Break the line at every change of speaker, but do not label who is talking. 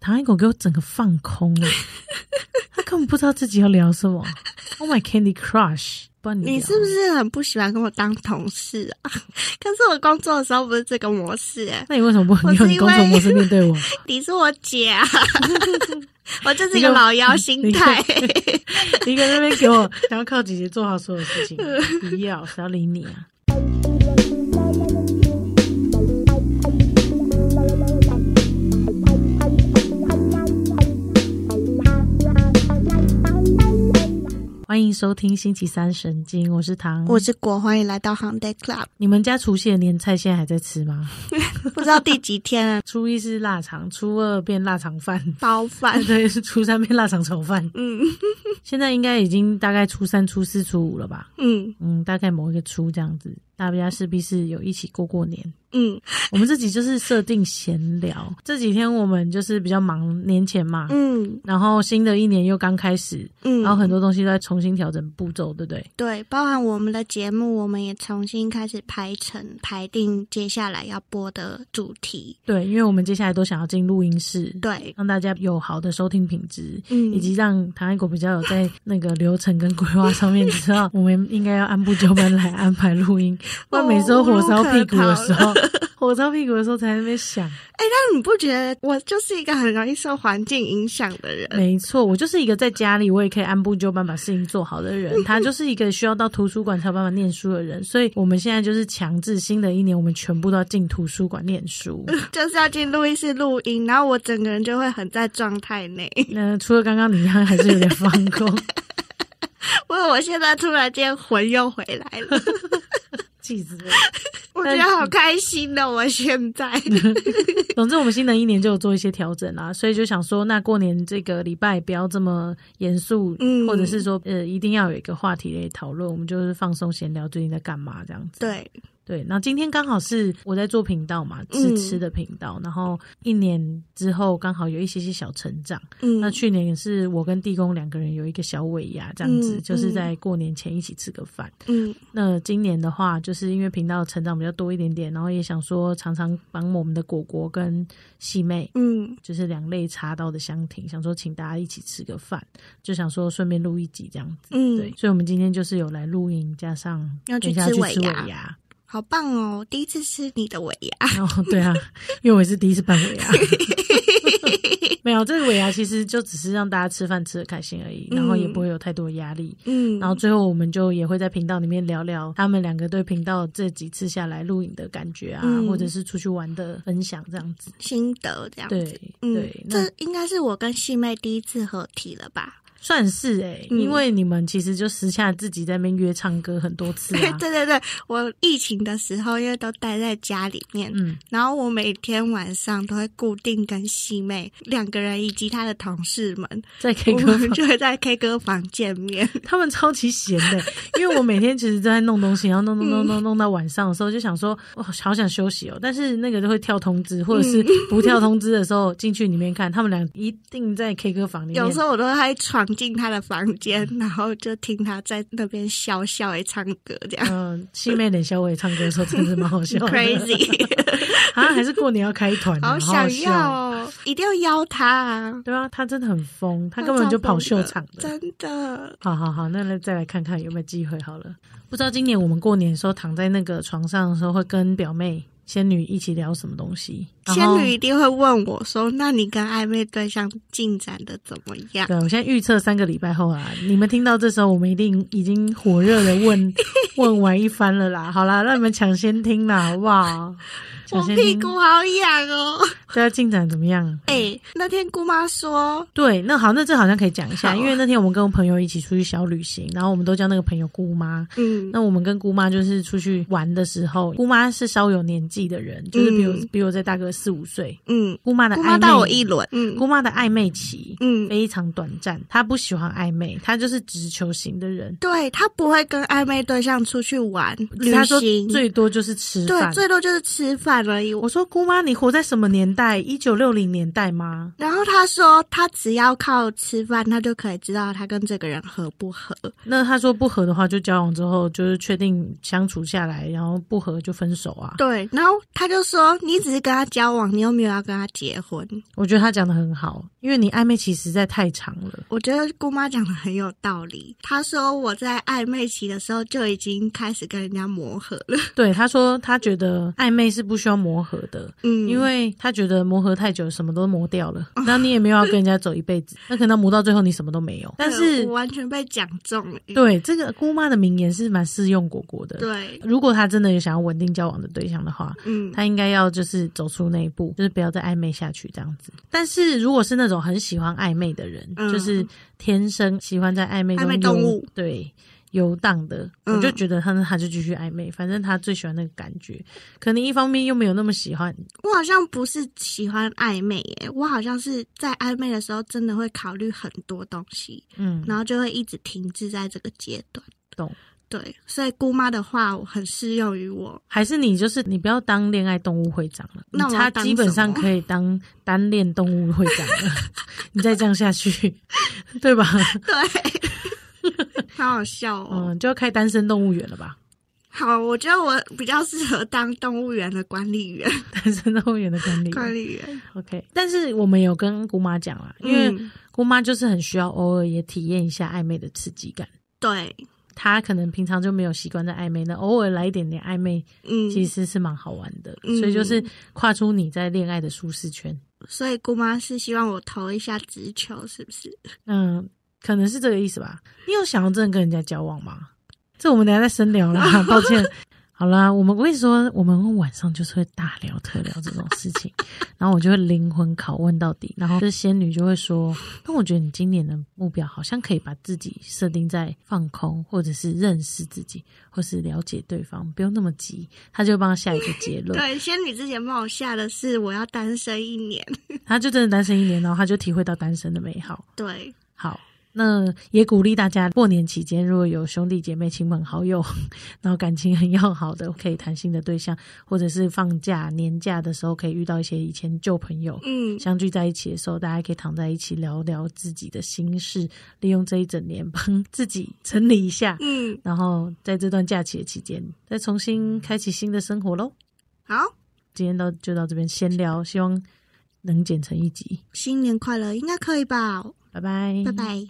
唐一狗给我整个放空 了，他根本不知道自己要聊什么。Oh my Candy Crush，不然你
你
聊
是不是很不喜欢跟我当同事啊？ 可是我工作的时候不是这个模式哎、
那你为什么不
我
用
是
你
因
工作
为
模式面对我？
你是我姐啊， 我就是一个
你就
老妖 心态。
你搁那边给我想要靠姐姐做好所有 事情，不要谁要理你啊？欢迎收听星期三神经，我是唐。
我是果，欢迎来到 Hung Day Club。
你们家除夕的年菜现在还在吃吗？
不知道第几天了，
初一是腊肠，初二变腊肠饭，
包饭。
对，初三变腊肠炒饭。
嗯
现在应该已经大概初三、初四、初五了吧？
嗯
嗯，大概某一个初这样子，大家势必是有一起过过年。
嗯
我们这集就是设定闲聊，这几天我们就是比较忙，年前嘛，
嗯
然后新的一年又刚开始，
嗯，
然后很多东西都在重新调整步骤，对不对？
对，包含我们的节目，我们也重新开始排程，排定接下来要播的主题。
对，因为我们接下来都想要进录音室，
对，
让大家有好的收听品质。
嗯
以及让唐爱国比较有在那个流程跟规划上面知道，我们应该要按部就班来安排录音，不然每次都火烧屁股的时候， 火烧屁股的时候才在那边想。
但你不觉得我就是一个很容易受环境影响的人？
没错，我就是一个在家里我也可以按部就班把事情做好的人，他就是一个需要到图书馆才有办法念书的人，所以我们现在就是强制新的一年，我们全部都要进图书馆念书。
就是要进录音室录音，然后我整个人就会很在状态内。
那除了刚刚你一样，还是有点放空。
我我现在突然间魂又回来了，
气死我！
我觉得好开心的。我现 在
总之，我们新的一年就有做一些调整啦，所以就想说，那过年这个礼拜不要这么严肃，
嗯
或者是说，呃，一定要有一个话题类讨论，我们就是放松闲聊，最近在干嘛这样子。
对，
对，那今天刚好是我在做频道嘛，
嗯
是吃的频道，然后一年之后刚好有一些些小成长。
嗯
那去年是我跟地公两个人有一个小尾牙，这样子、
嗯
就是在过年前一起吃个饭。
嗯
那今年的话，就是因为频道成长比较多一点点，然后也想说常常帮我们的果果跟细妹，
嗯
就是两肋插刀的香婷，想说请大家一起吃个饭，就想说顺便录一集这样子。对
嗯，，
所以我们今天就是有来录音，加上
要
等
去
一下
吃
去
尾
吃尾
牙
牙。
好棒哦！第一次吃你的尾牙，
然后对啊，因为我也是第一次办 尾牙。没有，这个尾牙其实就只是让大家吃饭吃的开心而已，然后也不会有太多压力。
嗯，
然后最后我们就也会在频道里面聊聊他们两个对频道这几次下来录影的感觉啊，
嗯
或者是出去玩的分享这样子。
心得这样子。
对
嗯，
对，那
这应该是我跟细妹第一次合体了吧？
算是哎、
嗯
因为你们其实就私下自己在那边约唱歌很多次啊。
对对对，我疫情的时候因为都待在家里面，
嗯，
然后我每天晚上都会固定跟细妹两个人以及她的同事们，
在 K
我
歌
们
房，
就会在 K 歌房见面。
他们超级闲的、因为我每天其实都在弄东西，然后弄弄
嗯
弄弄弄到晚上的时候，就想说，哦，好想休息哦。但是那个都会跳通知，或者
嗯
是不跳通知的时候进去里面看，他们俩一定在 K 歌房里面
有时候我都会闯进她的房间，然后就听她在那边笑笑诶唱歌这样、
嗯，细妹脸小伟唱歌的时候真的是蛮好笑
c
的
r a z y
啊！还是过年要开团、啊，
好
好
想
笑
要哦，一定要邀她啊！
对啊，他真的很疯，他根本就跑秀场的。
真的。
好好好，那来再来看看有没有机会好了。不知道今年我们过年的时候躺在那个床上的时候，会跟表妹、仙女一起聊什么东西？然
仙
后
女一定会问我说：“那你跟暧昧对象进展的怎么样
对，我现在预测三个礼拜后啊，你们听到这时候，我们一定已经火热的 问问完一番了啦。好啦，让你们抢先听啦，好不好？？”
我
抢先
屁
听，
股好痒哦！
大家进展怎么样？
哎、那天姑妈说，
对，那好，那这好像可以讲一下，
好
因为那天我们跟我朋友一起出去小旅行，然后我们都叫那个朋友姑妈。
嗯
那我们跟姑妈就是出去玩的时候，姑妈是稍有年纪的人，就是比我、
嗯
比我再大个四五岁。
嗯，
姑妈的
姑妈
暧
大我
昧，
一轮，嗯
姑妈的暧昧期，
嗯，
非常短暂，他不喜欢暧昧，他就是直球型的人。
对他不会跟暧昧对象出去玩、旅
他说
行，
最多就是吃
对
饭。
最多就是吃饭而已。
我说姑妈，你活在什么年代？一九六零年代吗？
然后他说，他只要靠吃饭，他就可以知道他跟这个人合不合。
那他说不合的话，就交往之后就是确定相处下来，然后不合就分手啊。
对，然后他就说，你只是跟他交往，你又没有要跟他结婚。
我觉得他讲的很好，因为你暧昧期实在太长 了。
我觉得姑妈讲的很有道理。她说我在暧昧期的时候就已经开始跟人家磨合了，
对，他说他觉得暧昧是不需要磨合的，
嗯，
因为他觉得磨合太久，什么都磨掉 了，那你也没有要跟人家走一辈子，那可能磨到最后你什么都没有。但是
我，完全被讲中了。
对这个姑妈的名言是蛮适用果果的。
对，
如果他真的有想要稳定交往的对象的话，
嗯，
他应该要就是走出那一步，就是不要再暧昧下去这样子。但是如果是那种很喜欢暧昧的人，
嗯
就是天生喜欢在暧昧中
暧昧动
游
物
对游荡的，
嗯
我就觉得他他就继续暧昧，反正他最喜欢那个感觉。可能一方面又没有那么喜欢，
我好像不是喜欢暧昧耶，我好像是在暧昧的时候真的会考虑很多东西，
嗯，
然后就会一直停滞在这个阶段。
懂。
对，所以姑妈的话我很适用于我。
还是你就是你不要当恋爱动物会长了，
那我要
他
当
基本
什
上
么
可以当单恋动物会长了。 你再这样下去，对吧？
对， 好好笑哦。
嗯，就要开单身动物园了吧？
好，我觉得我比较适合当动物园的管理员，
单身动物园的管理员。
管理员。
OK，但是我们有跟姑妈讲啦，因为
嗯、
姑妈就是很需要偶尔也体验一下暧昧的刺激感。
对，
她可能平常就没有习惯在暧昧，那偶尔来一点点暧昧，
嗯，
其实是蛮好玩的。
嗯
所以就是跨出你在恋爱的舒适圈。
所以姑妈是希望我投一下直球，是不是？
嗯，可能是这个意思吧。你有想要真的跟人家交往吗？这我们等一下再深聊啦，抱歉。好啦，我们我跟你说，我们晚上就是会大聊特聊这种事情，然后我就会灵魂拷问到底，然后这仙女就会说，那我觉得你今年的目标好像可以把自己设定在放空，或者是认识自己，或是了解对方，不用那么急，她就会帮她下一个结论。
对，仙女之前帮我下的是我要单身一年。
她就真的单身一年，然后她就体会到单身的美好。
对，
好，那也鼓励大家过年期间，如果有兄弟姐妹、亲朋好友， 然后感情很要好的，可以谈心的对象，或者是放假、年假的时候，可以遇到一些以前旧朋友。
嗯，
相聚在一起的时候，大家可以躺在一起聊聊自己的心事，利用这一整年帮自己整理一下，
嗯，
然后在这段假期的期间，再重新开启新的生活喽。
好，
今天到就到这边闲聊，希望能剪成一集，
新年快乐，应该可以吧？
拜拜，
拜拜。